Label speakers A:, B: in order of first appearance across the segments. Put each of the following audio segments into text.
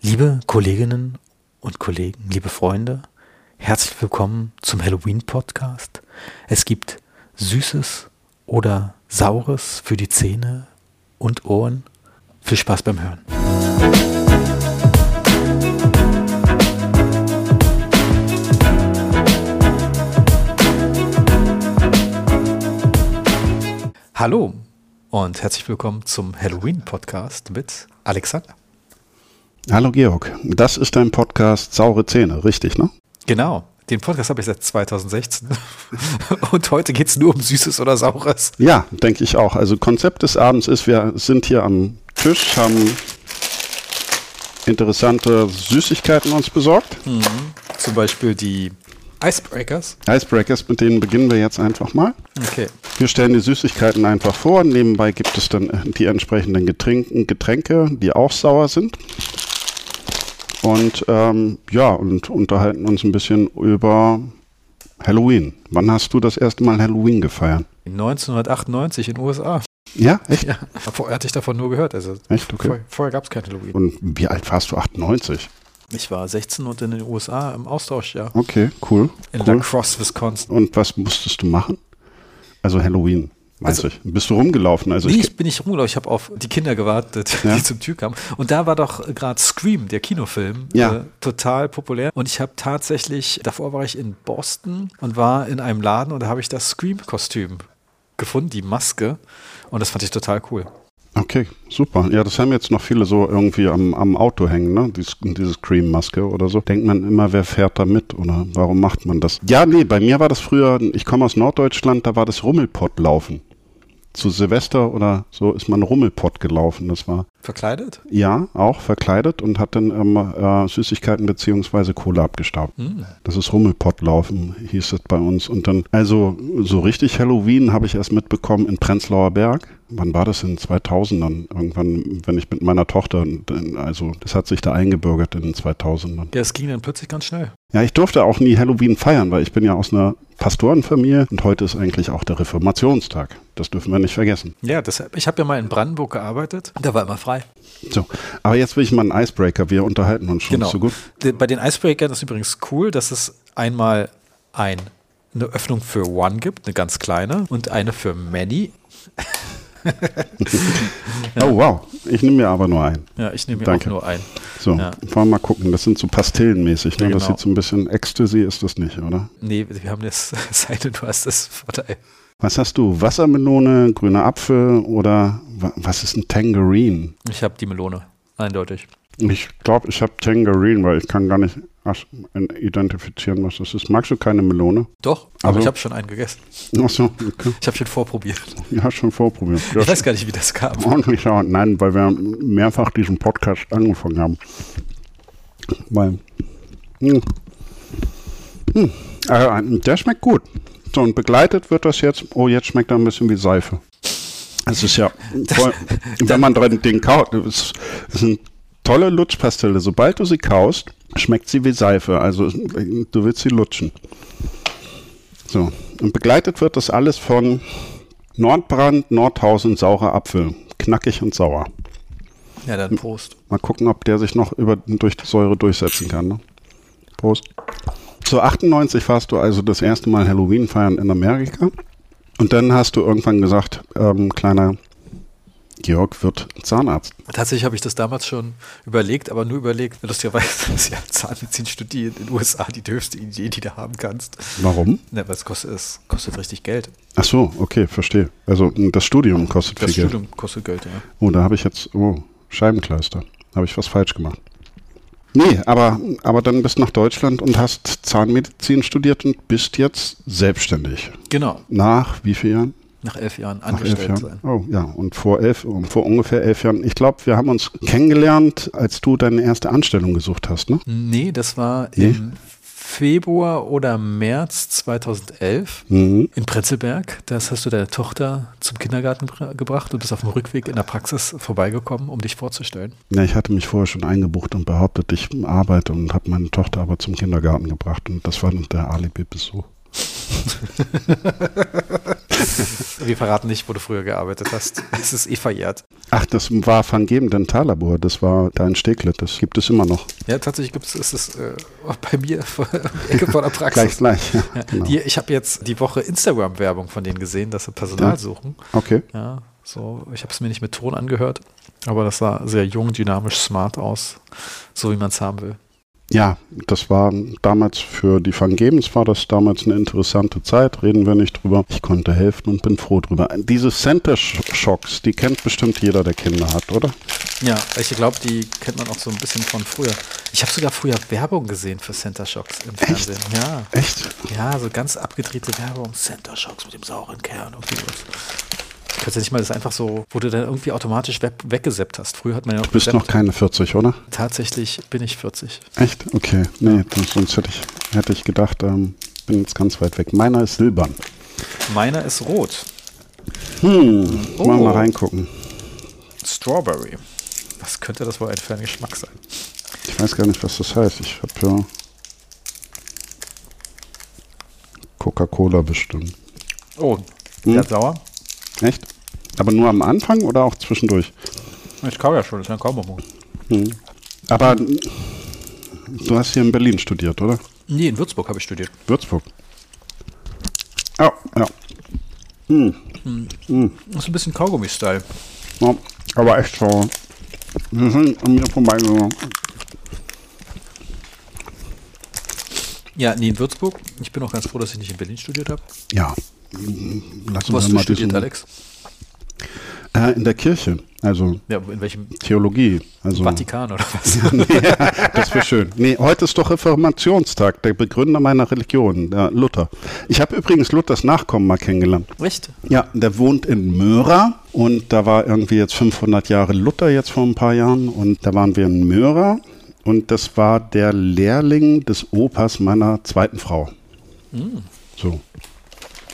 A: Liebe Kolleginnen und Kollegen, liebe Freunde, herzlich willkommen zum Halloween-Podcast. Es gibt Süßes oder Saures für die Zähne und Ohren. Viel Spaß beim Hören. Hallo und herzlich willkommen zum Halloween-Podcast mit Alexander.
B: Hallo Georg, das ist dein Podcast Saure Zähne, richtig, ne?
A: Genau. Den Podcast habe ich seit 2016. Und heute geht es nur um Süßes oder Saures.
B: Ja, denke ich auch. Also Konzept des Abends ist, wir sind hier am Tisch, haben interessante Süßigkeiten uns besorgt.
A: Zum Beispiel die Icebreakers.
B: Icebreakers, mit denen beginnen wir jetzt einfach mal.
A: Okay.
B: Wir stellen die Süßigkeiten einfach vor. Nebenbei gibt es dann die entsprechenden Getränken, Getränke, die auch sauer sind. Und ähm, ja, und unterhalten uns ein bisschen über Halloween. Wann hast du das erste Mal Halloween gefeiert?
A: 1998 in den USA.
B: Ja, echt?
A: Ja, vorher hatte ich davon nur gehört. Also
B: Echt? Okay.
A: vorher, vorher gab es kein Halloween.
B: Und wie alt warst du? 98.
A: Ich war 16 und in den USA im Austauschjahr.
B: Okay, cool.
A: In
B: cool.
A: Lacrosse, Wisconsin.
B: Und was musstest du machen? Also Halloween, weiß
A: Also-
B: ich. Bist du rumgelaufen? Also
A: Nee,
B: ich,
A: ich bin nicht rumgelaufen, ich habe auf die Kinder gewartet,
B: Ja.
A: die zum Tür kamen. Und da war doch gerade Scream, der Kinofilm, äh,
B: Ja.
A: total populär. Und ich habe tatsächlich, davor war ich in Boston und war in einem Laden und da habe ich das Scream-Kostüm gefunden, die Maske. Und das fand ich total cool.
B: okay, super. Ja, das haben jetzt noch viele so irgendwie am, am Auto hängen, ne? Dies, diese Cream-Maske oder so. Denkt man immer, wer fährt da mit oder warum macht man das? Ja, nee, bei mir war das früher, ich komme aus Norddeutschland, da war das Rummelpottlaufen. Zu Silvester oder so ist man Rummelpott gelaufen. Das war
A: Verkleidet?
B: ja auch verkleidet und hat dann ähm, äh, Süßigkeiten beziehungsweise Kohle abgestaubt.
A: Hm.
B: Das ist Rummelpottlaufen, hieß das bei uns. Und dann, also so richtig Halloween habe ich erst mitbekommen in Prenzlauer Berg. Wann war das? In 2000ern. Irgendwann, wenn ich mit meiner Tochter, also das hat sich da eingebürgert in den 2000ern.
A: Ja, es ging dann plötzlich ganz schnell.
B: Ja, ich durfte auch nie Halloween feiern, weil ich bin ja aus einer Pastorenfamilie und heute ist eigentlich auch der Reformationstag. Das dürfen wir nicht vergessen.
A: Ja, deshalb, ich habe ja mal in Brandenburg gearbeitet, da war immer frei.
B: So, aber jetzt will ich mal einen Icebreaker. Wir unterhalten uns schon
A: Genau.
B: so gut.
A: De- Bei den Icebreakern ist übrigens cool, dass es einmal ein, eine Öffnung für One gibt, eine ganz kleine, und eine für Many.
B: Oh, wow. Ich nehme mir aber nur einen.
A: Ja, ich nehme mir
B: Danke.
A: auch nur ein.
B: So,
A: Ja.
B: wollen wir mal gucken. Das sind so Pastillenmäßig. Ne? Das
A: Genau.
B: sieht so ein bisschen Ecstasy ist das nicht, oder?
A: Nee, wir haben das, sei denn, du hast das Vorteil.
B: Was hast du? Wassermelone, grüner Apfel oder wa- was ist ein Tangerine?
A: Ich habe die Melone, eindeutig.
B: Ich glaube, ich habe Tangerine, weil ich kann gar nicht as- identifizieren, was das ist. Magst du keine Melone?
A: Doch, aber
B: Also-
A: ich habe schon einen gegessen.
B: Achso, okay.
A: Ich habe schon vorprobiert.
B: ja, schon vorprobiert. Ja,
A: Ich weiß gar nicht, wie das kam.
B: auch nicht dauernd. Nein, weil wir mehrfach diesen Podcast angefangen haben. Weil. Hm. Hm. Also, der schmeckt gut. So, und begleitet wird das jetzt. Oh, jetzt schmeckt er ein bisschen wie Seife. Es ist ja. Voll, wenn man drin den kaut, es es sind tolle Lutschpastille. Sobald du sie kaust, schmeckt sie wie Seife. Also, äh, du willst sie lutschen. So, und begleitet wird das alles von Nordbrand, Nordhausen, saurer Apfel. Knackig und sauer.
A: Ja, dann Prost.
B: Mal gucken, ob der sich noch über, durch die Säure durchsetzen kann. Ne? Prost. So, 98 warst du also das erste Mal Halloween feiern in Amerika. Und dann hast du irgendwann gesagt, ähm, kleiner Georg wird Zahnarzt.
A: Tatsächlich habe ich das damals schon überlegt, aber nur überlegt, lustigerweise, dass ja Zahnmedizin studiert in den USA die dürfste Idee, die du haben kannst.
B: Warum?
A: Ne, weil es kostet, es kostet richtig Geld.
B: Ach so, okay, verstehe. Also m, das Studium kostet
A: Das
B: viel Geld.
A: Studium kostet Geld, ja.
B: Oh, da habe ich jetzt, oh, Scheibenkleister. Habe ich was falsch gemacht. Nee, aber, aber dann bist du nach Deutschland und hast Zahnmedizin studiert und bist jetzt selbstständig.
A: Genau,
B: Nach wie vielen Jahren?
A: nach elf Jahren
B: Nach elf
A: angestellt
B: Jahren.
A: sein.
B: Oh ja, und vor elf, und vor ungefähr elf Jahren. Ich glaube, wir haben uns kennengelernt, als du deine erste Anstellung gesucht hast, ne?
A: Nee, das war
B: Nee.
A: im Februar oder März 2011
B: Mhm.
A: in Pretzelberg. Das hast du deine Tochter zum Kindergarten br- gebracht und bist auf dem Rückweg in der Praxis vorbeigekommen, um dich vorzustellen.
B: Ja, ich hatte mich vorher schon eingebucht und behauptet, ich arbeite und habe meine Tochter aber zum Kindergarten gebracht und das war dann der Alibi-Besuch.
A: Wir verraten nicht, wo du früher gearbeitet hast. Es ist eh verjährt.
B: Ach, das war Van Geben Dentallabor, das war da in Steglitz, das gibt es immer noch.
A: Ja, tatsächlich gibt es es äh, bei mir vor die Ecke vor der
B: Gleich,
A: Praxis.
B: gleich. Ja, genau.
A: Die, ich habe jetzt die Woche Instagram-Werbung von denen gesehen, dass sie Personal
B: Ja.
A: suchen.
B: Okay.
A: Ja, so, ich habe es mir nicht mit Ton angehört, aber das sah sehr jung, dynamisch, smart aus, so wie man es haben will.
B: Ja, das war damals für die Van Gebens war das damals eine interessante Zeit, reden wir nicht drüber. Ich konnte helfen und bin froh drüber. Diese Center Shocks, die kennt bestimmt jeder, der Kinder hat, oder?
A: Ja, ich glaube, die kennt man auch so ein bisschen von früher. Ich habe sogar früher Werbung gesehen für Center Shocks im Fernsehen. Ja.
B: Echt?
A: Ja, so ganz abgedrehte Werbung. Center Shocks mit dem sauren Kern und sowas. Ich könnte nicht mal das einfach so, wo du dann irgendwie automatisch we weggeseppt hast. Früher hat man ja noch
B: Du bist noch keine 40, oder?
A: Tatsächlich bin ich 40.
B: Echt? Okay. Nee, das- sonst hätte ich, hätte ich gedacht, ähm, bin jetzt ganz weit weg. Meiner ist silbern.
A: Meiner ist rot.
B: Hm,
A: Oh.
B: mal mal reingucken.
A: Strawberry. Was könnte das wohl ein für ein Geschmack sein?
B: Ich weiß gar nicht, was das heißt. Ich habe ja Coca-Cola bestimmt.
A: Oh,
B: Hm.
A: der hat sauer.
B: Echt? Aber nur am Anfang oder auch zwischendurch?
A: Ich kau ja schon, das ist ein Kaugummi.
B: Aber du hast hier in Berlin studiert, oder?
A: Nee, in Würzburg habe ich studiert.
B: Würzburg. Ja, ja. Hm.
A: Das ist ein bisschen Kaugummi-Style.
B: ja. Aber echt so. Wir sind an mir vorbeigegangen.
A: Ja, nee, in Würzburg. Ich bin auch ganz froh, dass ich nicht in Berlin studiert habe.
B: Ja. Lass
A: Wo hast du studiert, Alex?
B: Äh, in der Kirche. Also
A: Ja, in welchem
B: Theologie. Also.
A: Vatikan oder was?
B: nee, das wäre schön. Nee, heute ist doch Reformationstag, der Begründer meiner Religion, der Luther. Ich habe übrigens Luthers Nachkommen mal kennengelernt.
A: Echt?
B: Ja, der wohnt in Möhra und da war irgendwie jetzt 500 Jahre Luther jetzt vor ein paar Jahren und da waren wir in Möhra und das war der Lehrling des Opas meiner zweiten Frau.
A: Hm.
B: So.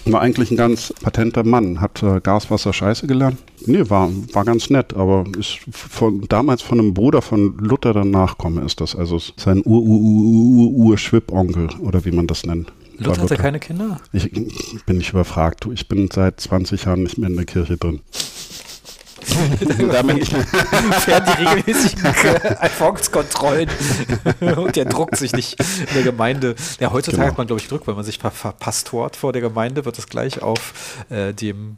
B: War eigentlich ein ganz patenter Mann, hat äh, Gas, Wasser, Scheiße gelernt. Nee, war, war ganz nett, aber ist von, damals von einem Bruder von Luther der Nachkomme ist das. Also ist sein ur ur ur ur ur schwibonkel oder wie man das nennt. War
A: Luther hatte keine Kinder?
B: ich bin nicht überfragt. Du, Ich bin seit 20 Jahren nicht mehr in der Kirche drin. da bin ich,
A: fährt die regelmäßigen Erfolgskontrollen und der druckt sich nicht in der Gemeinde. Ja, heutzutage
B: Genau.
A: hat man, glaube ich, Glück, wenn man sich ver verpastort vor der Gemeinde, wird das gleich auf äh, dem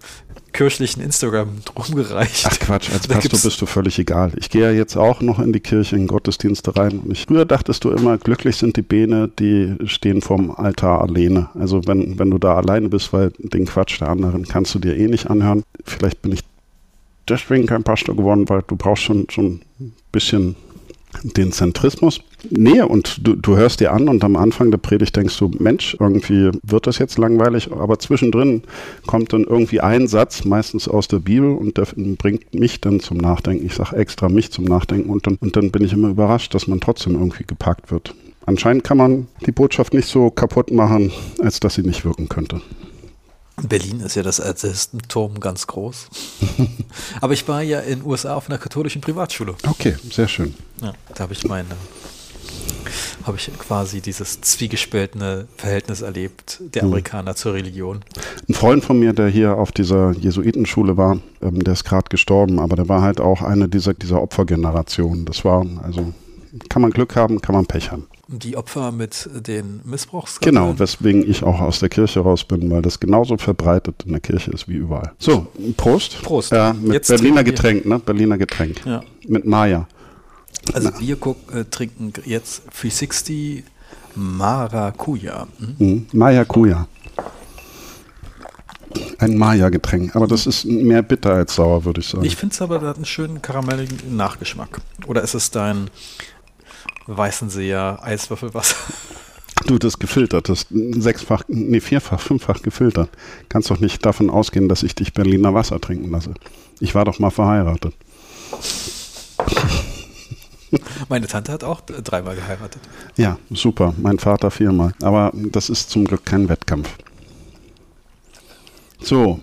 A: kirchlichen Instagram rumgereicht.
B: ach Quatsch, als
A: Da
B: Pastor
A: gibt's-
B: bist du völlig egal. Ich gehe ja jetzt auch noch in die Kirche, in Gottesdienste rein. Und ich, früher dachtest du immer, glücklich sind die Bene, die stehen vorm Altar alleine. Also wenn, wenn du da alleine bist, weil den Quatsch der anderen kannst du dir eh nicht anhören. Vielleicht bin ich deswegen kein Pastor geworden, weil du brauchst schon, schon ein bisschen den Zentrismus. Nee, und du, du hörst dir an und am Anfang der Predigt denkst du, Mensch, irgendwie wird das jetzt langweilig, aber zwischendrin kommt dann irgendwie ein Satz, meistens aus der Bibel und der bringt mich dann zum Nachdenken. Ich sage extra mich zum Nachdenken und dann, und dann bin ich immer überrascht, dass man trotzdem irgendwie gepackt wird. Anscheinend kann man die Botschaft nicht so kaputt machen, als dass sie nicht wirken könnte.
A: Berlin ist ja das Atheistentum ganz groß. Aber ich war ja in den USA auf einer katholischen Privatschule.
B: Okay, sehr schön.
A: Ja, da habe ich meine, habe ich quasi dieses zwiegespaltene Verhältnis erlebt,
B: Mhm.
A: der Amerikaner zur Religion.
B: Ein Freund von mir, der hier auf dieser Jesuitenschule war, ähm, der ist gerade gestorben, aber der war halt auch eine dieser, dieser Opfergenerationen. Das war, also kann man Glück haben, kann man Pech haben.
A: Die Opfer mit den Missbrauchsskandalen.
B: Genau, weswegen ich auch aus der Kirche raus bin, weil das genauso verbreitet in der Kirche ist wie überall. So, Prost.
A: Prost.
B: Äh, mit
A: Jetzt trinken wir.
B: Berliner Getränk, ne? Berliner Getränk.
A: Ja.
B: Mit Maya.
A: Also wir guck, äh, trinken jetzt 360 Maracuja. Hm?
B: Mhm. Maya Kuya. Ein Maya-Getränk. Aber das ist mehr bitter als sauer, würde ich sagen.
A: Ich finde es aber, das hat einen schönen karamelligen Nachgeschmack. Oder ist es dein Weißenseer Eiswürfelwasser?
B: Du, das gefiltert, das sechsfach, nee, vierfach, fünffach gefiltert. Kannst doch nicht davon ausgehen, dass ich dich Berliner Wasser trinken lasse. Ich war doch mal verheiratet.
A: Meine Tante hat auch äh, dreimal geheiratet.
B: Ja, super. Mein Vater viermal. Aber das ist zum Glück kein Wettkampf. So,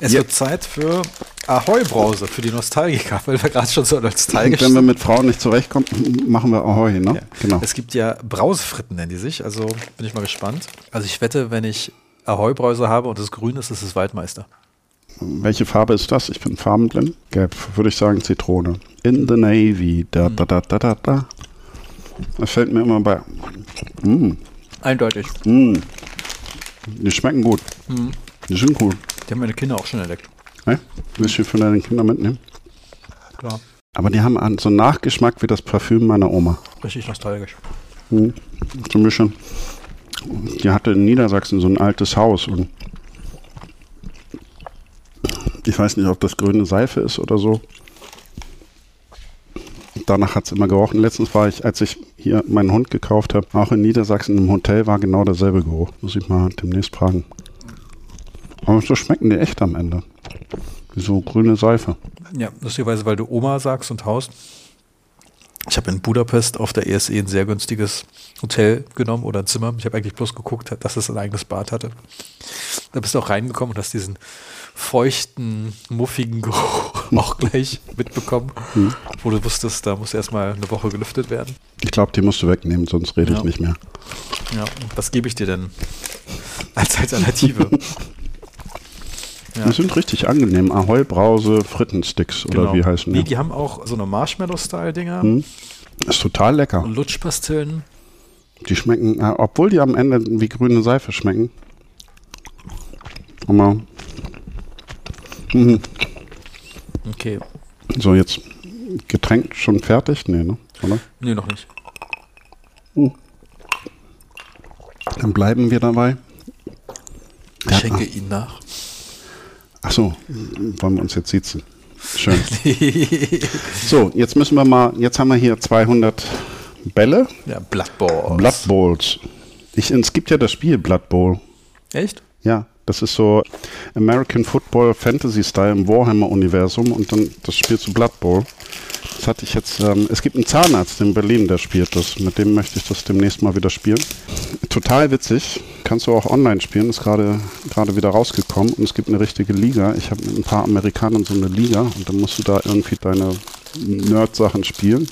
A: Es
B: Ja.
A: wird Zeit für Ahoi Brause, für die Nostalgiker, weil wir gerade schon so nostalgisch
B: wenn wir mit Frauen nicht zurechtkommen, machen wir Ahoi, ne?
A: Ja.
B: Genau.
A: Es gibt ja Brausefritten, nennen die sich. Also bin ich mal gespannt. Also ich wette, wenn ich Ahoi-Brause habe und es grün ist, ist es Waldmeister.
B: Welche Farbe ist das? Ich bin farbenblind. Gelb, würde ich sagen Zitrone. In the Navy. Da, da, da, da, da, da. Das fällt mir immer bei. Mm,
A: Eindeutig.
B: mm. Die schmecken gut. Die sind gut.
A: Die haben meine Kinder auch schon entdeckt.
B: Ne? Willst du für deine Kinder mitnehmen?
A: Klar.
B: Aber die haben an- so einen Nachgeschmack wie das Parfüm meiner Oma.
A: Richtig nostalgisch.
B: Hm. So ein bisschen. Die hatte in Niedersachsen so ein altes Haus und ich weiß nicht, ob das grüne Seife ist oder so. Danach hat es immer gerochen. Letztens war ich, als ich hier meinen Hund gekauft habe, auch in Niedersachsen im Hotel war genau derselbe Geruch. Muss ich mal demnächst fragen. Aber so schmecken die echt am Ende. Wie so grüne Seife.
A: Ja, lustigerweise, weil du Oma sagst und Haus. Ich habe in Budapest auf der ESE ein sehr günstiges Hotel genommen oder ein Zimmer. Ich habe eigentlich bloß geguckt, dass es ein eigenes Bad hatte. Da bist du auch reingekommen und hast diesen feuchten, muffigen Geruch auch gleich mitbekommen,
B: Hm.
A: wo du wusstest, da muss erstmal eine Woche gelüftet werden.
B: Ich glaube, die musst du wegnehmen, sonst rede
A: Ja.
B: ich nicht mehr.
A: Ja, und was gebe ich dir denn als Alternative? Ja.
B: Die sind richtig angenehm. Ahoi Brause Frittensticks
A: Genau.
B: oder wie heißen
A: Nee,
B: die? Hm.
A: die haben auch so eine Marshmallow-Style-Dinger
B: Ist total lecker.
A: und Lutschpastillen.
B: Die schmecken, äh, obwohl die am Ende wie grüne Seife schmecken. Aber
A: Okay.
B: so jetzt Getränk schon fertig? Nee, ne? Oder?
A: Nee, noch nicht.
B: Dann bleiben wir dabei.
A: Ich schenke ihnen nach.
B: Achso, wollen wir uns jetzt sitzen. Schön.
A: ja,
B: So, jetzt müssen wir mal, jetzt haben wir hier 200 Bälle.
A: Blood Balls.
B: Blood Bowls. Ich, es gibt ja das Spiel Blood Bowl.
A: Echt?
B: Ja, das ist so American Football Fantasy Style im Warhammer-Universum und dann das spielst du Blood Bowl. Das hatte ich jetzt, ähm, es gibt einen Zahnarzt in Berlin, der spielt das. Mit dem möchte ich das demnächst mal wieder spielen. Total witzig. Kannst du auch online spielen, ist gerade gerade wieder rausgekommen und es gibt eine richtige Liga. Ich habe mit ein paar Amerikanern so eine Liga und dann musst du da irgendwie deine Nerd-Sachen spielen.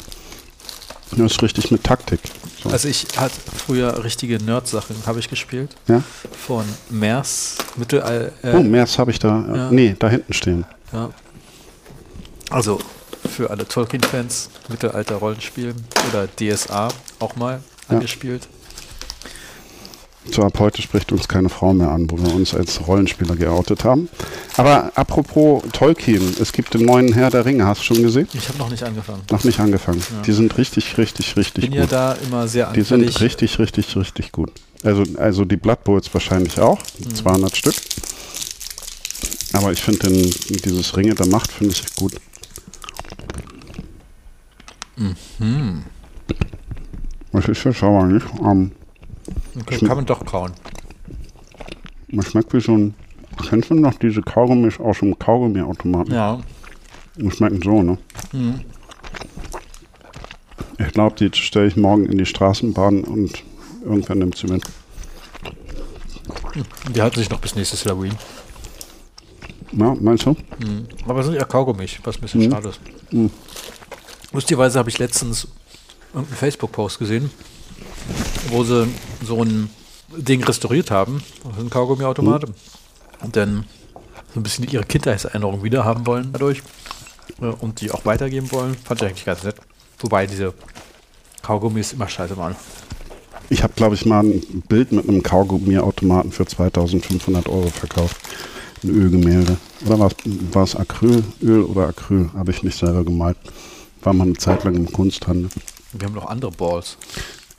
B: Das ist richtig mit Taktik. So.
A: Also ich hatte früher richtige Nerd-Sachen, habe ich gespielt.
B: ja?
A: Von Mers, Mittelall... Äh,
B: Oh, Mers habe ich da. äh,
A: Ja.
B: Nee, da hinten stehen.
A: ja. Also für alle Tolkien-Fans, Mittelalter-Rollenspiel oder DSA auch mal
B: Ja.
A: angespielt.
B: So, ab heute spricht uns keine Frau mehr an, wo wir uns als Rollenspieler geoutet haben. Aber apropos Tolkien, es gibt den neuen Herr der Ringe, hast du schon gesehen?
A: Ich habe noch nicht angefangen.
B: Noch nicht angefangen. Die sind richtig, richtig, richtig
A: Bin ja
B: gut.
A: da immer sehr
B: die sind
A: anfällig.
B: richtig, richtig, richtig gut. Also, also die Blood Bowls wahrscheinlich auch,
A: Mhm.
B: 200 Stück. Aber ich finde den- dieses Ringe der Macht finde ich gut.
A: Hm,
B: Was ist das aber nicht? Ähm,
A: Okay, kann man doch kauen.
B: man schmeckt wie so ein. Kennst du noch diese Kaugummis aus dem Kaugummiautomaten?
A: Ja.
B: Die schmecken so, ne?
A: Mhm.
B: Ich glaube, die stelle ich morgen in die Straßenbahn und irgendwer nimmt sie mit.
A: Die halten sich noch bis nächstes Halloween.
B: Ja, meinst du?
A: Aber sind ja Kaugummich, was ein bisschen schade ist. Lustigerweise habe ich letztens irgendeinen Facebook-Post gesehen, wo sie so ein Ding restauriert haben, also ein Kaugummiautomat. Und dann so ein bisschen ihre Kindheitserinnerung wieder haben wollen dadurch äh, und die auch weitergeben wollen. Fand ich eigentlich ganz nett. Wobei diese Kaugummis immer scheiße waren.
B: Ich habe, glaube ich, mal ein Bild mit einem Kaugummiautomaten für 2500 Euro verkauft. Ein Ölgemälde. Oder war es- war es Acryl? Öl oder Acryl? Habe ich nicht selber gemalt. War mal eine Zeit lang im Kunsthandel.
A: Wir haben noch andere Balls.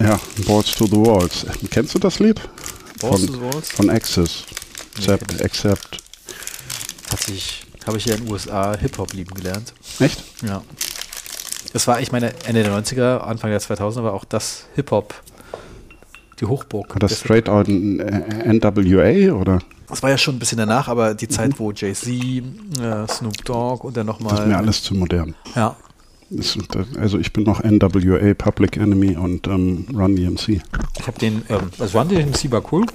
B: Ja, Balls to the Walls. Kennst du das Lied?
A: Balls
B: von,
A: to the Walls?
B: Von Access.
A: kenn
B: Accept,
A: ich.
B: accept.
A: Hat sich, habe ich ja in den USA Hip-Hop lieben gelernt.
B: Echt?
A: Ja. Das war, ich meine, Ende der 90er, Anfang der 2000er war auch das Hip-Hop, die Hochburg.
B: War das
A: des-
B: straight out in äh, NWA oder?
A: das war ja schon ein bisschen danach, aber die Zeit, wo Jay-Z, äh, Snoop Dogg und dann nochmal.
B: Mhm. Das ist mir alles zu modern.
A: Ja.
B: Das, das- also ich bin noch NWA, Public Enemy und ähm, Run DMC.
A: Ich habe den, ähm, also waren die den MC war cool?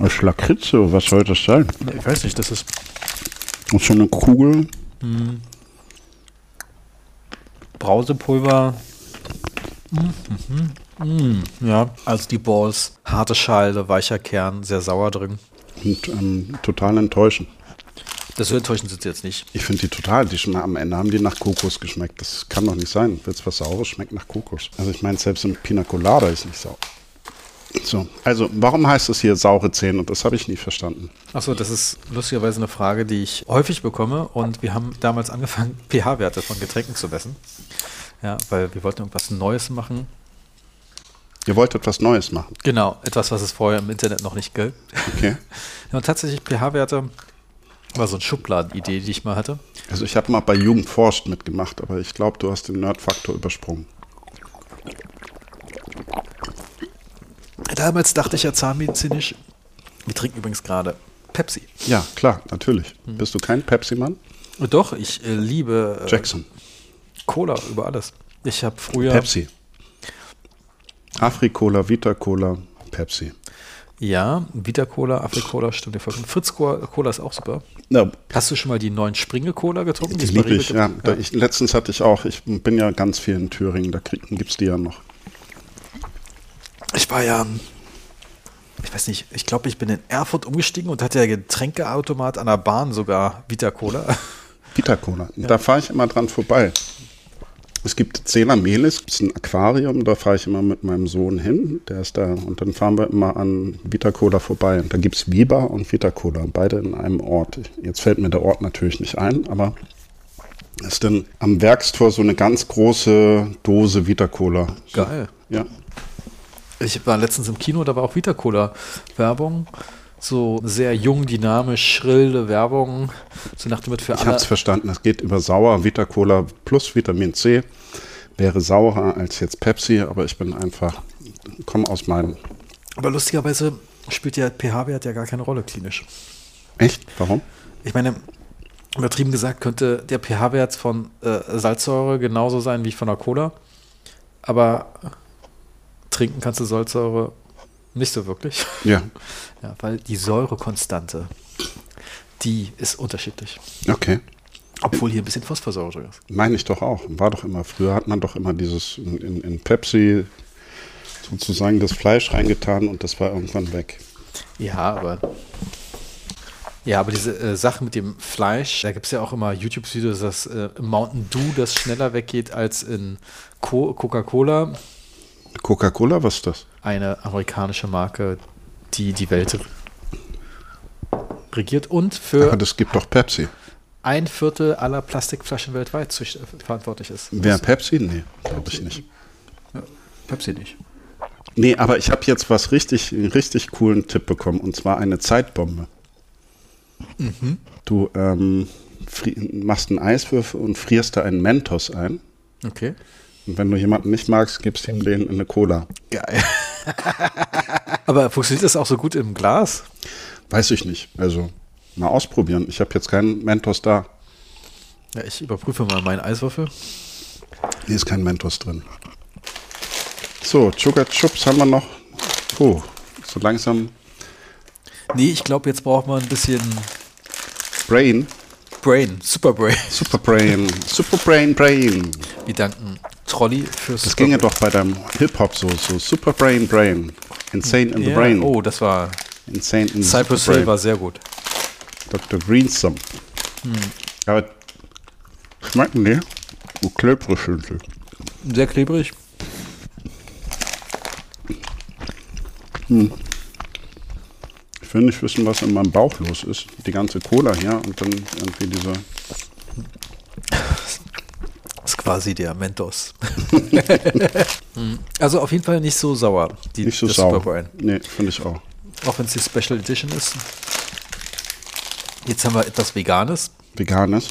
B: Äh, Schlakritze, was soll das sein?
A: Ich weiß nicht, das ist.
B: Und so eine Kugel.
A: Brausepulver. Mhm. Mhm. Mhm. Ja, also die Balls Harte Schale, weicher Kern, sehr sauer drin.
B: Und ähm, total enttäuschend.
A: Das so enttäuschend sind sie jetzt nicht.
B: Ich finde die total, die schme- am Ende haben die nach Kokos geschmeckt. Das kann doch nicht sein. Willst was Saures, schmeckt nach Kokos. Also ich meine, selbst ein Pina Colada ist nicht sauer. So, also warum heißt es hier saure Zähne? Das habe ich nie verstanden.
A: Achso, das ist lustigerweise eine Frage, die ich häufig bekomme. Und wir haben damals angefangen, pH-Werte von Getränken zu messen. Ja, weil wir wollten irgendwas Neues machen.
B: Ihr wollt etwas Neues machen,
A: Genau, etwas, was es vorher im Internet noch nicht gilt.
B: okay?
A: Ja, und tatsächlich pH-Werte war so eine Schubladenidee, die ich mal hatte.
B: Also ich habe mal bei Jugend forscht mitgemacht, aber ich glaube, du hast den Nerd-Faktor übersprungen.
A: Damals dachte ich ja zahnmedizinisch. Wir trinken übrigens gerade Pepsi.
B: Ja, klar, natürlich. Bist du kein Pepsi-Mann?
A: Doch, ich äh, liebe Mhm. äh,
B: Jackson,
A: Cola über alles. Ich habe früher.
B: Pepsi. Afri-Cola, Vita-Cola, Pepsi.
A: Ja, Vita Cola, Afri Cola, stimmt dir vollkommen. Fritz Co- Cola ist auch super.
B: Ja,
A: Hast du schon mal die neuen Springe Cola getrunken?
B: Die
A: es
B: liebe
A: bei Rewe
B: ich, ja.
A: gibt?
B: Da ich. Letztens hatte ich auch, ich bin ja ganz viel in Thüringen, da gibt es die ja noch.
A: Ich war ja, ähm, ich weiß nicht, ich glaube, ich bin in Erfurt umgestiegen und hatte ja Getränkeautomat an der Bahn sogar Vita Cola.
B: Vita Cola, da fahre ich immer dran vorbei. Es gibt Zela Melis, es ist ein Aquarium, da fahre ich immer mit meinem Sohn hin, der ist da. Und dann fahren wir immer an Vita Cola vorbei. Und da gibt es Viba und Vita Cola, beide in einem Ort. Jetzt fällt mir der Ort natürlich nicht ein, aber es ist dann am Werkstor so eine ganz große Dose Vita Cola. So,
A: Geil.
B: ja.
A: Ich war letztens im Kino, da war auch Vita Cola Werbung. So sehr jung, dynamisch, schrille Werbung. So nach dem Motto für
B: Ich habe
A: alle.
B: es verstanden. Es geht über sauer. Vita Cola plus Vitamin C wäre saurer als jetzt Pepsi, aber ich bin einfach, komme aus meinem.
A: Aber lustigerweise spielt ja pH-Wert ja gar keine Rolle klinisch.
B: Echt? Warum?
A: Ich meine, übertrieben gesagt könnte der pH-Wert von äh, Salzsäure genauso sein wie von der Cola. Aber trinken kannst du Salzsäure nicht so wirklich.
B: Ja.
A: Ja, weil die Säurekonstante, die ist unterschiedlich.
B: Okay.
A: Obwohl hier ein bisschen Phosphorsäure drin ist.
B: Meine ich doch auch. War doch immer, früher hat man doch immer dieses in, in, in Pepsi sozusagen das Fleisch reingetan und das war irgendwann weg.
A: Ja, aber. Ja, aber diese äh, Sache mit dem Fleisch, da gibt es ja auch immer YouTube-Videos, dass äh, im Mountain Dew das schneller weggeht als in Co Coca-Cola.
B: Coca-Cola, was ist das?
A: eine amerikanische Marke, die die Welt regiert und
B: Aber
A: für
B: das gibt doch Pepsi.
A: ein Viertel aller Plastikflaschen weltweit zu, äh, verantwortlich ist.
B: Wer Pepsi? Nee, glaube ich nicht.
A: Pepsi nicht.
B: Nee, aber ich habe jetzt was richtig, einen richtig coolen Tipp bekommen und zwar eine Zeitbombe. Mhm. Du ähm, fri- machst einen Eiswürfel und frierst da einen Mentos ein.
A: Okay.
B: Und wenn du jemanden nicht magst, gibst ihm den in eine Cola.
A: Geil. Aber funktioniert das auch so gut im Glas?
B: Weiß ich nicht. Also mal ausprobieren. Ich habe jetzt keinen Mentos da.
A: Ja, ich überprüfe mal meinen Eiswürfel.
B: Hier ist kein Mentos drin. So, Sugar Chups haben wir noch. Oh, so langsam.
A: Nee, ich glaube, jetzt braucht man ein bisschen
B: Brain.
A: Brain, Super Brain.
B: Super Brain. Super Brain, Brain.
A: Wir danken Trolli fürs
B: Das ginge doch bei deinem Hip-Hop so, so Super Brain Brain. Insane in um the
A: Ja,
B: Brain.
A: Oh, das war
B: Insane in the
A: Cypress
B: Super
A: Hill
B: Brain.
A: war sehr gut.
B: Dr. Greensum.
A: Hm.
B: Aber schmecken die? Du klebrig sind sie.
A: Sehr klebrig.
B: Ich will nicht wissen, was in meinem Bauch los ist. Die ganze Cola hier und dann irgendwie diese.
A: ist quasi der Mentos. Mm, also auf jeden Fall nicht so sauer, die
B: Nicht so
A: das
B: sauer.
A: Super Brain.
B: Nee, finde ich auch.
A: Auch wenn es die Special Edition ist. Jetzt haben wir etwas Veganes.
B: Veganes.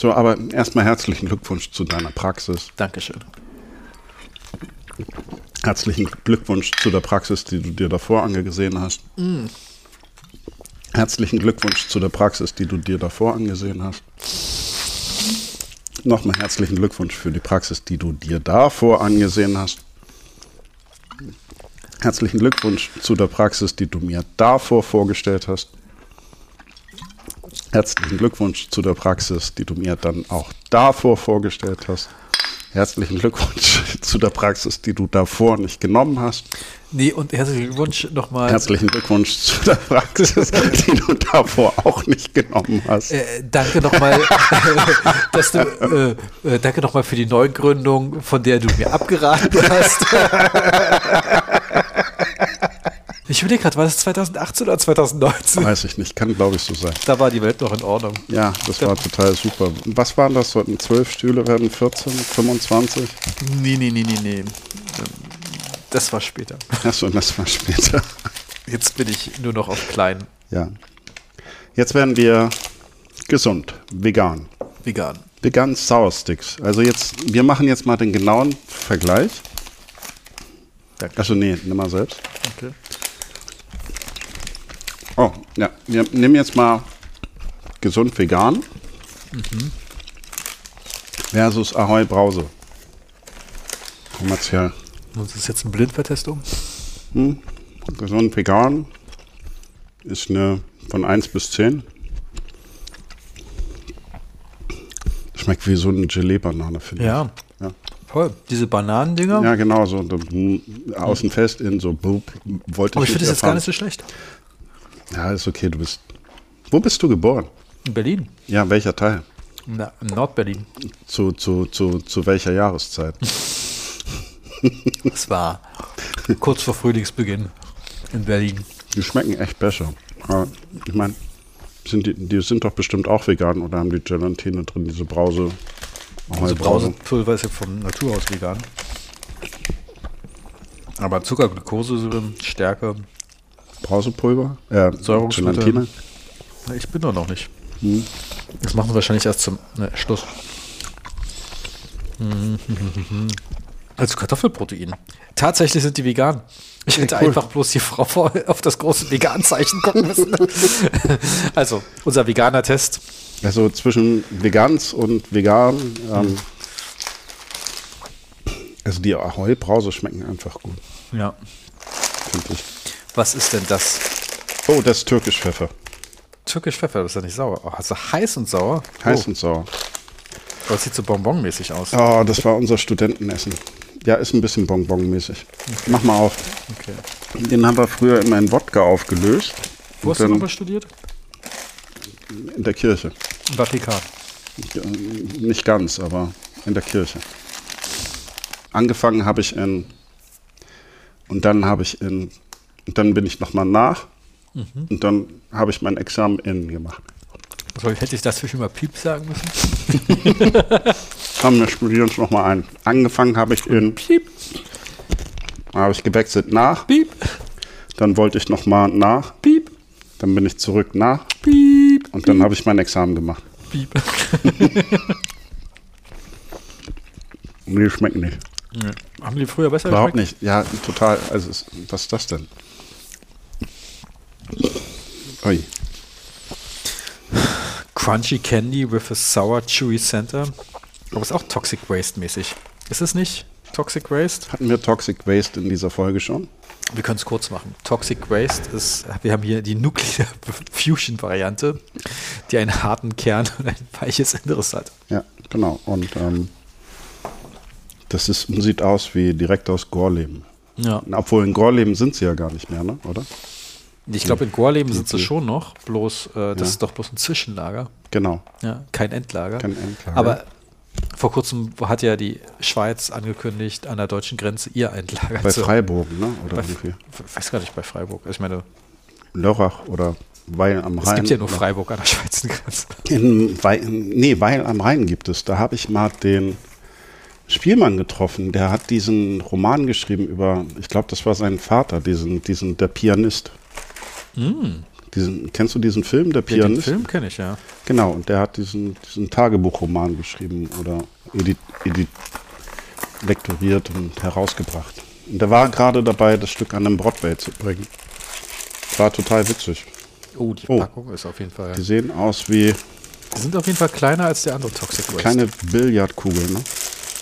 B: So, aber erstmal herzlichen Glückwunsch zu deiner Praxis.
A: Dankeschön.
B: Herzlichen Glückwunsch zu der Praxis, die du dir davor angesehen hast. Herzlichen Glückwunsch zu der Praxis, die du dir davor angesehen hast. Nochmal herzlichen Glückwunsch für die Praxis, die du dir davor angesehen hast. Herzlichen Glückwunsch zu der Praxis, die du mir davor vorgestellt hast. Herzlichen Glückwunsch zu der Praxis, die du mir dann auch davor vorgestellt hast. Herzlichen Glückwunsch zu der Praxis, die du davor nicht genommen hast.
A: Nee, und herzlichen Glückwunsch nochmal.
B: Herzlichen Glückwunsch zu der Praxis, die du davor auch nicht genommen hast.
A: Äh, danke nochmal, dass du, äh, äh, danke nochmal für die Neugründung, von der du mir abgeraten hast. Ich überlege gerade, war das 2018 oder 2019?
B: Weiß ich nicht, kann glaube ich so sein.
A: Da war die Welt noch in Ordnung.
B: Ja, das war total super. Was waren das? Sollten zwölf Stühle werden? 14, 25?
A: Nee, nee, nee, nee, nee. Das war später.
B: Achso, das war später.
A: Jetzt bin ich nur noch auf klein,
B: Ja. Jetzt werden wir gesund, vegan.
A: vegan.
B: Vegan Sauersticks. Also jetzt, wir machen jetzt mal den genauen Vergleich.
A: Danke.
B: Achso, nee, nimm mal selbst.
A: Okay.
B: Oh, ja. Wir nehmen jetzt mal gesund vegan versus Ahoi Brause. Kommerziell.
A: Und das ist jetzt um? eine Blindvertestung?
B: Gesund vegan ist eine von 1 bis 10. Schmeckt wie so eine Gelee-Banane, finde
A: Ja.
B: ich. Ja.
A: Voll. Diese Bananendinger.
B: Ja, genau, so so, mm, außen fest, innen so boop, wollte
A: Aber Oh, ich finde das jetzt gar
B: erfahren.
A: nicht so schlecht.
B: Ja, ist okay, du bist. Wo bist du geboren?
A: In Berlin.
B: Ja, welcher Teil?
A: Na, in Nordberlin.
B: Zu, zu, zu, zu welcher Jahreszeit?
A: Das war kurz vor Frühlingsbeginn in Berlin.
B: Die schmecken echt besser. Aber ich meine, sind die, die sind doch bestimmt auch vegan oder haben die Gelatine drin, diese Brause? äh,
A: Also
B: Ahoi
A: Brausepulver ist ja vom Natur aus vegan. Aber Zucker, Glucose, Stärke.
B: Brausepulver? Äh,
A: Säurungsmittel.
B: Gelatine?
A: Na, Ich bin doch noch nicht.
B: Hm.
A: Das machen wir wahrscheinlich erst zum ne, Schluss. Also Kartoffelprotein. Tatsächlich sind die vegan. Ich hätte einfach bloß die Frau vor- auf das große Vegan-Zeichen gucken müssen. also, unser veganer Test.
B: Also zwischen Veganz und Vegan.
A: Hm.
B: Ähm, also die Ahoi-Brause schmecken einfach gut,
A: Ja.
B: finde ich.
A: Was ist denn das?
B: Oh, das ist türkisch Pfeffer.
A: Türkisch Pfeffer, das ist ja nicht sauer. Oh, also heiß und sauer.
B: Heiß
A: Oh,
B: und sauer.
A: aber das sieht so bonbonmäßig aus.
B: Oh, das war unser Studentenessen. Ja, ist ein bisschen bonbonmäßig. Mach mal auf.
A: Okay.
B: Den haben wir früher immer in Wodka aufgelöst.
A: Wo hast
B: und
A: du
B: dann
A: nochmal studiert?
B: in der Kirche.
A: Im Vatikan.
B: Nicht ganz, aber in der Kirche. Angefangen habe ich in. Und dann habe ich in. Und dann bin ich nochmal nach. Und dann habe ich mein Examen in gemacht.
A: Soll ich- Hätte ich das für immer Piep sagen müssen?
B: Komm, wir studieren es nochmal ein. Angefangen habe ich in.
A: Piep,
B: Habe ich gewechselt nach.
A: piep,
B: Dann wollte ich nochmal nach.
A: piep,
B: Dann bin ich zurück nach.
A: piep.
B: Und dann habe ich mein Examen gemacht.
A: Piep.
B: Und die schmecken nicht.
A: Haben die früher besser
B: Überhaupt
A: geschmeckt?
B: nicht. Ja, total. Also, es- was ist das denn? Ui.
A: Crunchy Candy with a Sour Chewy Center. Aber ist auch Toxic Waste mäßig. Ist es nicht Toxic Waste?
B: Hatten wir Toxic Waste in dieser Folge schon?
A: Wir können es kurz machen. Toxic Waste ist, wir haben hier die Nuclear Fusion Variante, die einen harten Kern und ein weiches Inneres hat.
B: Ja, genau. Und ähm, das ist, sieht aus wie direkt aus Gorleben.
A: Ja.
B: Obwohl in Gorleben sind sie ja gar nicht mehr, ne? oder?
A: Ich glaube, in Gorleben sind sie schon noch, bloß äh, das
B: Ja.
A: ist doch bloß ein Zwischenlager.
B: Genau.
A: Ja, kein Endlager.
B: Kein Endlager.
A: Aber vor kurzem hat ja die Schweiz angekündigt, an der deutschen Grenze ihr Endlager
B: Bei
A: zu
B: Freiburg, ne? oder
A: Bei,
B: irgendwie.
A: ich weiß gar nicht, bei Freiburg. Also ich meine,
B: Lörrach oder Weil am
A: es
B: Rhein.
A: gibt ja nur Freiburg an der Schweizer Grenze.
B: In Weil, nee, Weil am Rhein gibt es. Da habe ich mal den Spielmann getroffen. Der hat diesen Roman geschrieben über, ich glaube, das war sein Vater, diesen, diesen der Pianist. Diesen, kennst du diesen Film, der
A: Ja, Hm. den
B: Pianist?
A: Film kenne ich, ja.
B: Genau, und der hat diesen, diesen Tagebuchroman geschrieben oder edit, edit, lektoriert und herausgebracht. Und der war gerade dabei, das Stück an den Broadway zu bringen. War total witzig.
A: Oh, die
B: Oh.
A: Packung ist auf jeden Fall.
B: Die sehen aus wie
A: Die sind auf jeden Fall kleiner als der andere Toxic Waste.
B: kleine Billardkugeln. Ne?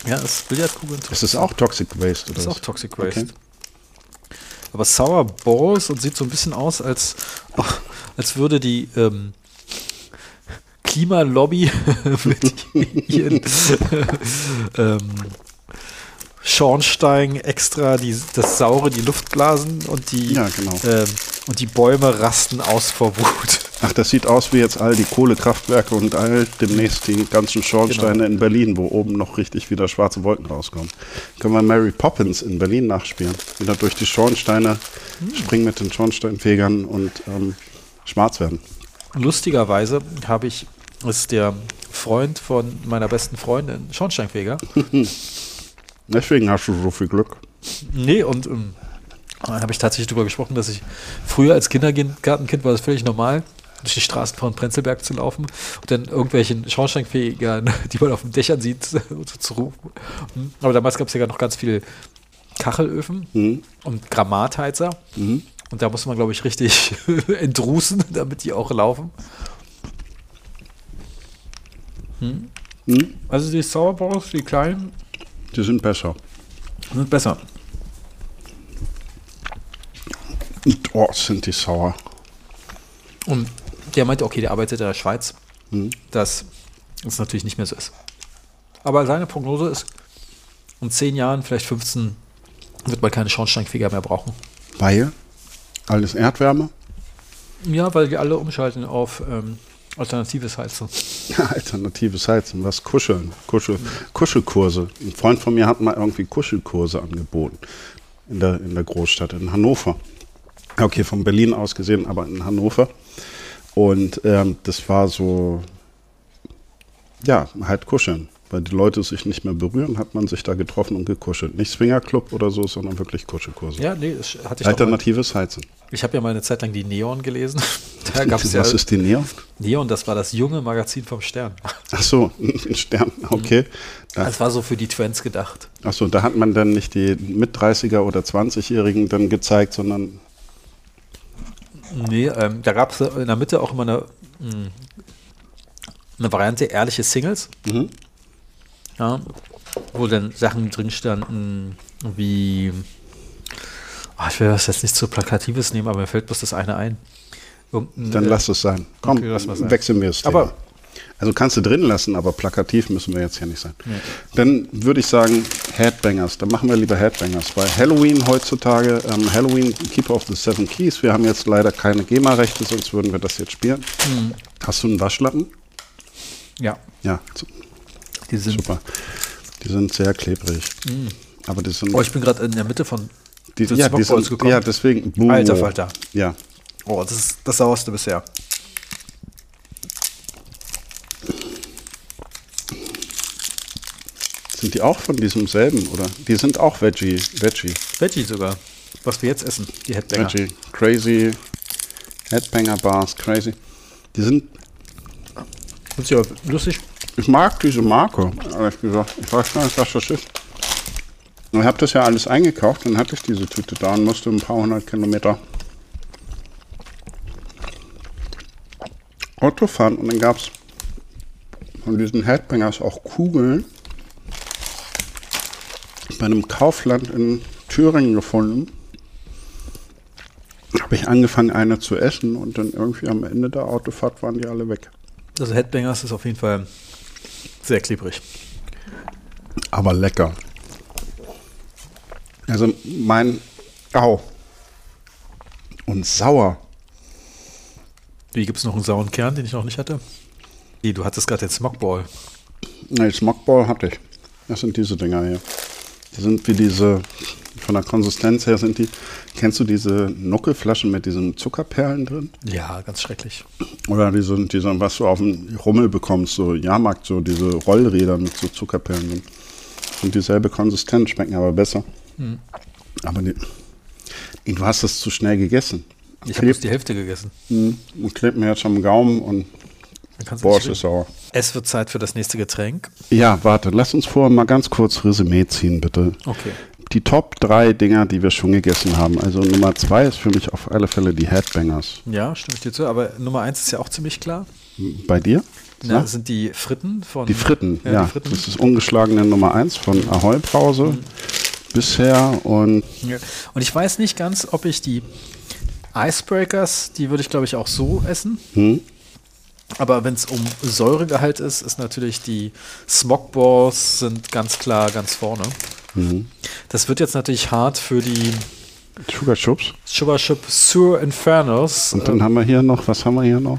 A: ja, das ist Billardkugeln.
B: Ist das auch Toxic Waste? Oder
A: Das ist
B: was?
A: auch Toxic Waste.
B: Okay.
A: Aber Sour Balls und sieht so ein bisschen aus, als, als würde die ähm, Klimalobby mit ihren ähm, Schornstein extra die, das Saure die Luft blasen und die,
B: Ja, genau.
A: ähm, und die Bäume rasten aus vor Wut.
B: Ach, das sieht aus wie jetzt all die Kohlekraftwerke und all demnächst die ganzen
A: Genau.
B: Schornsteine in Berlin, wo oben noch richtig wieder schwarze Wolken rauskommen. Können wir Mary Poppins in Berlin nachspielen? Wieder durch die Schornsteine
A: Hm.
B: springen mit den Schornsteinfegern und ähm, schwarz werden.
A: Lustigerweise habe ich, ist der Freund von meiner besten Freundin, Schornsteinfeger.
B: Deswegen hast du so viel Glück.
A: Nee, und ähm, dann habe ich tatsächlich darüber gesprochen, dass ich früher als Kindergartenkind war das völlig normal, durch die Straßen von Prenzlberg zu laufen und dann irgendwelchen Schornsteinfegern, die man auf den Dächern sieht, so zu rufen. Aber damals gab es ja noch ganz viel Kachelöfen
B: Hm,
A: und Gramatheizer. Und da muss man, glaube ich, richtig entrußen, damit die auch laufen.
B: Hm?
A: Also die Sauerbraus, die kleinen,
B: Die sind besser.
A: sind besser.
B: Und, oh, sind die sauer.
A: Und der meinte, okay, der arbeitet in der Schweiz, Mhm. dass es natürlich nicht mehr so ist. Aber seine Prognose ist, in 10 Jahren, vielleicht 15, wird man keine Schornsteinfeger mehr brauchen.
B: Weil alles Erdwärme.
A: Ja, weil die alle umschalten auf ähm, alternatives Heizen.
B: Alternatives Heizen, was kuscheln, Kuschel, Kuschelkurse. Ein Freund von mir hat mal irgendwie Kuschelkurse angeboten in der, in der Großstadt, in Hannover. Okay, von Berlin aus gesehen, aber in Hannover. Und ähm, das war so, ja, halt kuscheln. Weil die Leute sich nicht mehr berühren, hat man sich da getroffen und gekuschelt. Nicht Swingerclub oder so, sondern wirklich Kuschelkurse.
A: Ja, nee, das hatte ich doch mal.
B: Alternatives Heizen.
A: Ich habe ja Halt mal eine Zeit lang die Neon gelesen. Da gab es ja
B: was ist die Neon?
A: Neon, das war das junge Magazin vom Stern.
B: Ach so, ein Stern, okay. Da
A: Das war so für die Twins gedacht.
B: Achso, da hat man dann nicht die mit 30er oder 20-Jährigen dann gezeigt, sondern
A: Nee, ähm, da gab es in der Mitte auch immer eine, mh, eine Variante ehrliche Singles.
B: Mhm.
A: Ja, wo dann Sachen drin standen, wie. Ah, ich will das jetzt nicht zu plakatives nehmen, aber mir fällt bloß das eine ein. Irgendein,
B: dann
A: äh,
B: lass es sein. Komm,
A: okay, lass mal sein.
B: wechseln wir es.
A: Aber-
B: also kannst du drin lassen, aber plakativ müssen wir jetzt hier nicht sein. Dann würde ich sagen, Headbangers. Dann machen wir lieber Headbangers, weil Halloween heutzutage, ähm, Halloween Keeper of the Seven Keys, wir haben jetzt leider keine GEMA-Rechte, sonst würden wir das jetzt spielen.
A: Mhm.
B: Hast du einen Waschlappen?
A: äh, Ja,
B: Ja, zu-
A: die sind.
B: super. Die sind sehr klebrig. Aber die sind.
A: Oh, ich bin gerade in der Mitte von.
B: die,
A: des
B: ja, die
A: Mockballs
B: sind
A: gekommen.
B: ja, deswegen.
A: Alter Falter.
B: Ja,
A: Oh, das ist das sauerste bisher.
B: Sind die auch von diesem selben, oder? Die sind auch Veggie. Veggie.
A: Veggie sogar. Was wir jetzt essen, die Headbanger.
B: Veggie. Crazy. Headbanger Bars. Crazy. Die sind.
A: Findest du aber lustig?
B: Ich mag diese Marke, ehrlich gesagt. Ich weiß gar nicht, was das ist. Und Ich habe das ja alles eingekauft, dann hatte ich diese Tüte da und musste ein paar hundert Kilometer Auto fahren. Und dann gab es von diesen Headbangers auch Kugeln bei einem Kaufland in Thüringen gefunden. Habe ich angefangen, eine zu essen und dann irgendwie am Ende der Autofahrt waren die alle weg.
A: Also Headbangers ist auf jeden Fall sehr klebrig.
B: Aber lecker. Also mein. Au. Und sauer.
A: Wie gibt es noch einen sauren Kern, den ich noch nicht hatte? Nee, du hattest gerade den Smockball.
B: Nee, Smockball hatte ich. Das sind diese Dinger hier. Die sind wie diese. Von der Konsistenz her sind die. Kennst du diese Nuckelflaschen mit diesen Zuckerperlen drin?
A: Ja, ganz schrecklich.
B: Oder diese, diese was du auf dem Rummel bekommst, so Jahrmarkt, so diese Rollräder mit so Zuckerperlen drin. Sind dieselbe Konsistenz, schmecken aber besser. Aber die, du hast das zu schnell gegessen.
A: Ich
B: Kleb-
A: habe die Hälfte gegessen.
B: Mhm. Und klebt mir jetzt am Gaumen und
A: Dann kannst du
B: boah,
A: nicht
B: es ist
A: reden.
B: sauer.
A: es wird Zeit für das nächste Getränk.
B: Ja, warte, lass uns vorher mal ganz kurz Resümee ziehen, bitte.
A: Okay.
B: Die Top 3 Dinger, die wir schon gegessen haben. Also Nummer 2 ist für mich auf alle Fälle die Headbangers.
A: Ja, stimme ich dir zu. Aber Nummer eins ist ja auch ziemlich klar.
B: Bei dir?
A: Na,
B: Na?
A: das sind die Fritten von.
B: Die Fritten, ja.
A: Ja, die Fritten. Mhm.
B: Das ist ungeschlagene Nummer 1 von Ahoi Brause bisher und
A: Ja. Und ich weiß nicht ganz,
B: Hm.
A: ob ich die Icebreakers, die würde ich glaube ich auch so essen. Aber wenn es um Säuregehalt ist, ist natürlich die Smogballs sind ganz klar ganz vorne.
B: Mhm.
A: Das wird jetzt natürlich hart für die
B: Sugar Chups.
A: Sugar Chip Sur Infernos.
B: Und dann haben wir hier noch, was haben wir hier noch?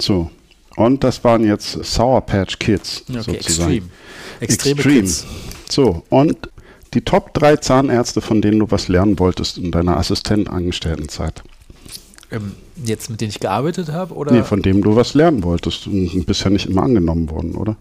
B: So. Und das waren jetzt Sour Patch Kids
A: äh, okay,
B: sozusagen.
A: extrem. Extreme
B: Extreme.
A: Kids.
B: So, und die Top 3 Zahnärzte, von denen du was lernen wolltest in deiner Assistentenangestelltenzeit.
A: Ähm, jetzt, mit denen ich gearbeitet habe? Oder?
B: Nee, von dem du was lernen wolltest. Und bist ja nicht immer angenommen worden, oder?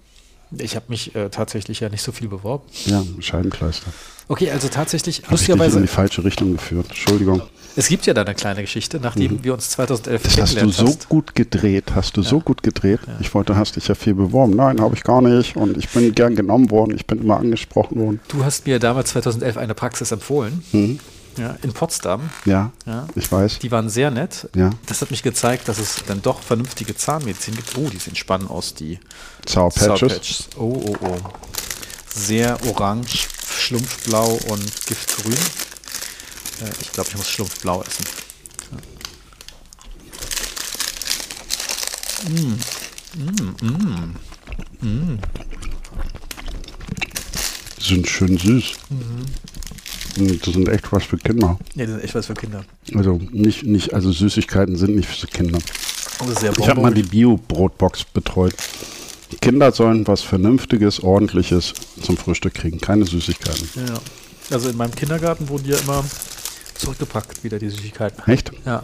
A: ich habe mich äh, tatsächlich ja nicht so viel beworben.
B: Ja, Scheibenkleister.
A: Okay, also tatsächlich,
B: Hab ich dich in
A: lustigerweise,
B: die falsche Richtung geführt. Entschuldigung.
A: es gibt ja da eine kleine Geschichte, nachdem wir uns 2011
B: Mhm. Das hast du
A: kennengelernt
B: so gut gedreht. Hast du so gut gedreht. Ich wollte, hast dich ja viel beworben. Nein, habe ich gar nicht. Und ich bin gern genommen worden. Ich bin immer angesprochen worden.
A: Du hast mir damals 2011 eine Praxis empfohlen,
B: Mhm.
A: ja, in Potsdam.
B: Ja,
A: Ja.
B: ich weiß.
A: Die waren sehr nett.
B: Ja.
A: Das hat mich gezeigt, dass es dann doch vernünftige Zahnmedizin gibt. Oh, die sehen spannend aus, die
B: Sour Patches.
A: Sourpatches. Oh, oh, oh. Sehr orange, schlumpfblau und giftgrün. Äh, Ich glaube, ich muss schlumpfblau essen.
B: Die sind schön süß.
A: Mhm.
B: Und Das sind echt was für Kinder.
A: Ja, das ist echt was für Kinder.
B: Also nicht, nicht, also Süßigkeiten sind nicht für Kinder.
A: Oh, das ist sehr
B: Ich habe mal die Bio-Brotbox betreut. Kinder sollen was Vernünftiges, Ordentliches zum Frühstück kriegen. Keine Süßigkeiten.
A: Ja. Also in meinem Kindergarten wurden die ja immer zurückgepackt, wieder die Süßigkeiten.
B: Echt?
A: Ja.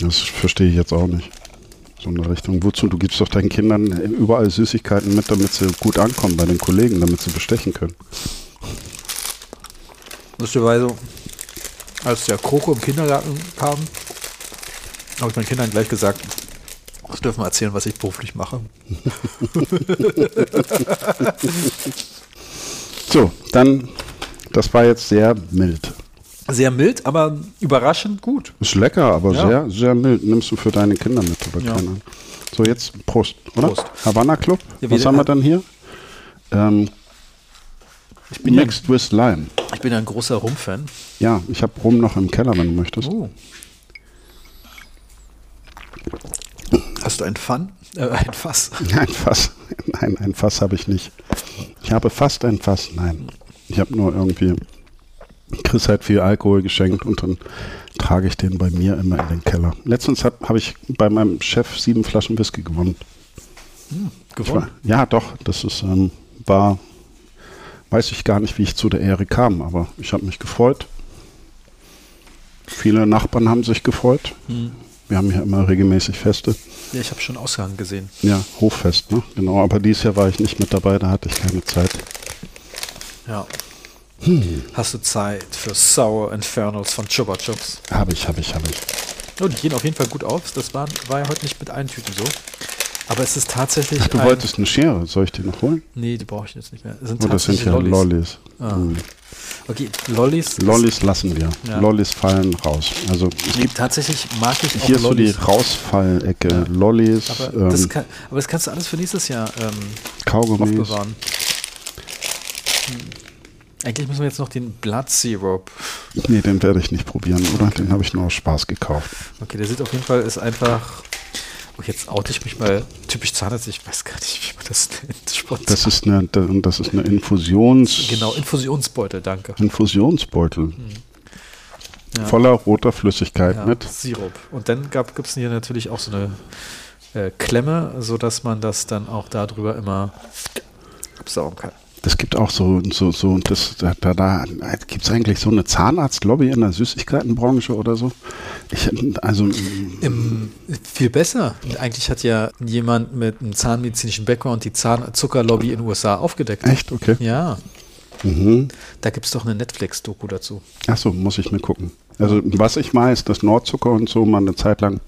B: Das verstehe ich jetzt auch nicht. So eine Richtung. Wozu? Du gibst doch deinen Kindern überall Süßigkeiten mit, damit sie gut ankommen bei den Kollegen, damit sie bestechen können.
A: Lustigerweise, als der Kroko im Kindergarten kam, habe ich meinen Kindern gleich gesagt, sie dürfen erzählen, was ich beruflich mache.
B: So, dann, das war jetzt sehr mild.
A: Sehr mild, aber überraschend gut.
B: Ist lecker, aber
A: Ja.
B: sehr, sehr mild. Nimmst du für deine Kinder mit oder
A: Ja.
B: keine Ahnung. So, jetzt Prost, oder?
A: Prost.
B: Havanna Club.
A: Ja,
B: Was
A: wir-
B: haben wir dann hier? Ähm,
A: Ich bin, ja,
B: Mixed with Lime.
A: ich bin ja ein großer Rum-Fan.
B: Ja, ich habe Rum noch im Keller, wenn du möchtest.
A: Oh. Hast du ein Fun? Äh, ein Fass.
B: Ein Fass. Nein, ein Fass habe ich nicht. Ich habe fast ein Fass. Nein. Ich habe nur irgendwie. Chris hat viel Alkohol geschenkt und dann trage ich den bei mir immer in den Keller. Letztens habe hab ich bei meinem Chef sieben Flaschen Whisky gewonnen. Ich war,
A: Gewonnen.
B: ja, doch, das ist, ähm, war, weiß ich gar nicht, wie ich zu der Ehre kam, aber ich habe mich gefreut. Viele Nachbarn haben sich gefreut.
A: Hm.
B: Wir haben hier immer regelmäßig Feste.
A: Ja, ich habe schon Ausgang gesehen.
B: Ja, Hoffest, ne? Genau, aber dieses Jahr war ich nicht mit dabei, da hatte ich keine Zeit.
A: Ja.
B: Hm.
A: Hast du Zeit für Sour Infernals von Chupa Chups?
B: Habe ich, habe ich, habe ich.
A: Ja, Oh, die gehen auf jeden Fall gut auf. Das war, war ja heute nicht mit allen Tüten so. Aber es ist tatsächlich.
B: Du
A: ein,
B: wolltest eine Schere, soll ich die noch holen?
A: Nee, die brauche ich jetzt nicht mehr. Es sind
B: Oh, das sind
A: tatsächlich
B: ja
A: Lollis.
B: Lollis.
A: Ah.
B: Hm.
A: Okay, Lollis. ist-
B: Lollis lassen wir.
A: Ja.
B: Lollis fallen raus. Also es
A: Nee,
B: gibt
A: tatsächlich mag ich auch
B: hier so die
A: Lollis.
B: Rausfallecke. Lollis,
A: aber,
B: ähm,
A: das kann, aber das kannst du alles für nächstes Jahr ähm,
B: Kaugummis.
A: aufbewahren. Hm. Eigentlich müssen wir jetzt noch den Blood Syrup.
B: Nee, den werde ich nicht probieren, oder? Den habe ich nur aus Spaß gekauft.
A: Okay, der sieht auf jeden Fall, ist einfach. Oh, jetzt oute ich mich mal typisch Zahnarzt. Ich weiß gar nicht, wie man das nennt. Spontan.
B: Das ist eine, das ist eine Infusions
A: genau, Infusionsbeutel, danke.
B: Infusionsbeutel.
A: Ja.
B: Voller roter Flüssigkeit
A: Ja,
B: mit.
A: Sirup. Und dann gibt es hier natürlich auch so eine äh, Klemme, sodass man das dann auch darüber immer absaugen kann.
B: Das gibt auch so, so, so, das, da, da, da gibt es eigentlich so eine Zahnarztlobby in der Süßigkeitenbranche oder so. Ich, also,
A: Im, viel besser. Eigentlich hat ja jemand mit einem zahnmedizinischen Background die Zahnzuckerlobby in den USA aufgedeckt.
B: echt, okay.
A: Ja,
B: Mhm.
A: da gibt es doch eine Netflix-Doku dazu.
B: Achso, muss ich mir gucken. Also, was ich weiß, dass Nordzucker und so mal eine Zeit lang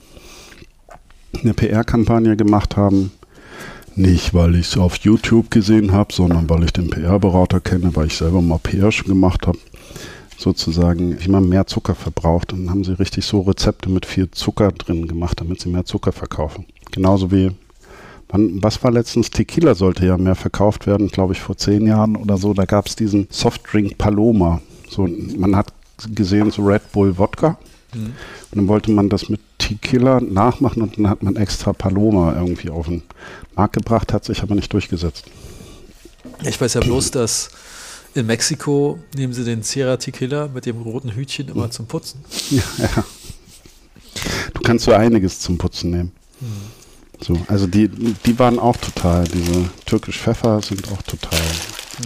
B: eine PR-Kampagne gemacht haben. Nicht, weil ich es auf YouTube gesehen habe, sondern weil ich den PR-Berater kenne, weil ich selber mal PR schon gemacht habe. Sozusagen immer mehr Zucker verbraucht. Und dann haben sie richtig so Rezepte mit viel Zucker drin gemacht, damit sie mehr Zucker verkaufen. Genauso wie, wann, was war letztens? Tequila sollte ja mehr verkauft werden, glaube ich, vor zehn Jahren oder so. Da gab es diesen Softdrink
A: Hm.
B: Paloma. So, man hat gesehen, so Red Bull Wodka. Und dann wollte man das mit Te- Tequila nachmachen und dann hat man extra Paloma irgendwie auf den Markt gebracht, hat sich aber nicht durchgesetzt.
A: Ich weiß ja bloß, dass in Mexiko nehmen sie den Sierra Tequila mit dem roten Hütchen immer zum Putzen.
B: Ja, ja. Du kannst so einiges zum Putzen nehmen.
A: Mhm.
B: So, also die, die waren auch total, diese türkisch Pfeffer sind auch total.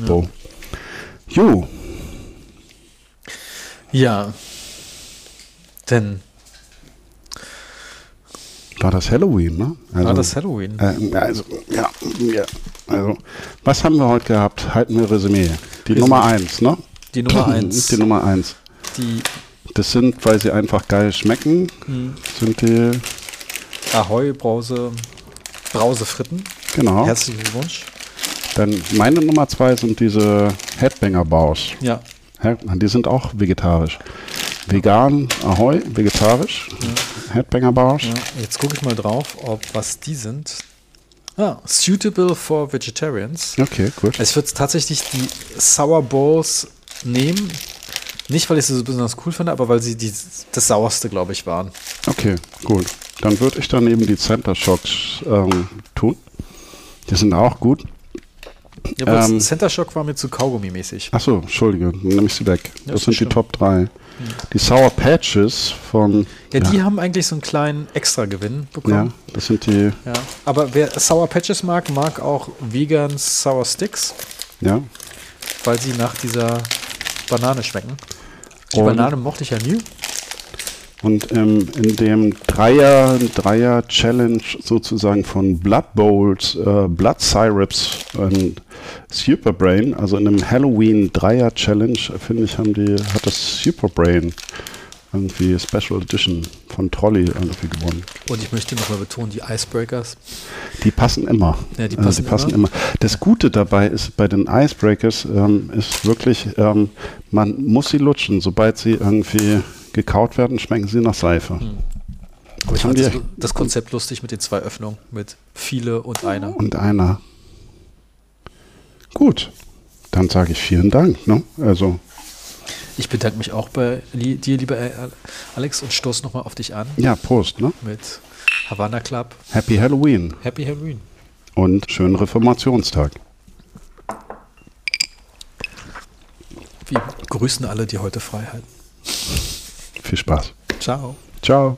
B: So. Jo,
A: Ja. Denn
B: war das Halloween, ne? Also,
A: war das Halloween.
B: Ähm, also, ja, ja. Also, was haben wir heute gehabt? Halten wir Resümee. Die
A: Resümee.
B: Nummer 1, ne?
A: Die Nummer eins,
B: Die Nummer 1.
A: die
B: Das sind, weil sie einfach geil schmecken,
A: hm,
B: sind die,
A: Ahoi Brause Brausefritten.
B: genau.
A: Herzlichen Glückwunsch.
B: Dann meine Nummer 2 sind diese Headbanger Baus.
A: Ja.
B: Die sind auch vegetarisch. Vegan, Ahoi, vegetarisch. Headbanger Baus.
A: ja. Jetzt gucke ich mal drauf, ob was die sind. Ah, suitable for vegetarians.
B: Okay, gut.
A: Also ich würde tatsächlich die Sour Balls nehmen. Nicht, weil ich sie so besonders cool finde, aber weil sie die, das sauerste, glaube ich, waren.
B: Okay, gut. Dann würde ich dann eben die Center Shocks ähm, tun. Die sind auch gut.
A: Ja, aber
B: Ähm.
A: das Center Shock war mir zu Kaugummi-mäßig.
B: Achso, Entschuldige, dann nehme ich sie weg.
A: Ja,
B: das
A: ist
B: sind
A: nicht
B: die
A: schlimm.
B: Top 3. Die Sour Patches von.
A: Ja, die haben eigentlich so einen kleinen Extra-Gewinn
B: ja,
A: bekommen.
B: das sind die.
A: Ja. Aber wer Sour Patches mag, mag auch Vegan Sour Sticks,
B: Ja.
A: weil sie nach dieser Banane schmecken. Die
B: Und-
A: Banane mochte ich ja nie.
B: Und ähm, in dem Dreier, Dreier Challenge sozusagen von Blood Bowls, äh, Blood Syrups und Superbrain, also in einem Halloween Dreier Challenge, äh, finde ich, haben die, hat das Superbrain irgendwie Special Edition von Trolley irgendwie gewonnen.
A: Und ich möchte nochmal betonen, die Icebreakers.
B: Die passen immer.
A: Ja, die
B: also
A: passen
B: die passen immer. Das Gute dabei ist, bei den Icebreakers ähm, ist wirklich, ähm, man muss sie lutschen. Sobald sie irgendwie gekaut werden, schmecken sie nach Seife.
A: Hm, Aber ich
B: Haben
A: fand das,
B: die-
A: das Konzept lustig mit den zwei Öffnungen, mit viele und einer.
B: Und einer. Gut. Dann sage ich vielen Dank. Ne? Also,
A: Ich bedanke mich auch bei li dir, lieber äh, Alex, und stoß nochmal auf dich an
B: ja, Prost. Ne?
A: mit Havana Club.
B: Happy Halloween
A: Happy Halloween.
B: und schönen Reformationstag.
A: Wir grüßen alle, die heute frei hatten.
B: Viel Spaß.
A: Ciao.
B: Ciao.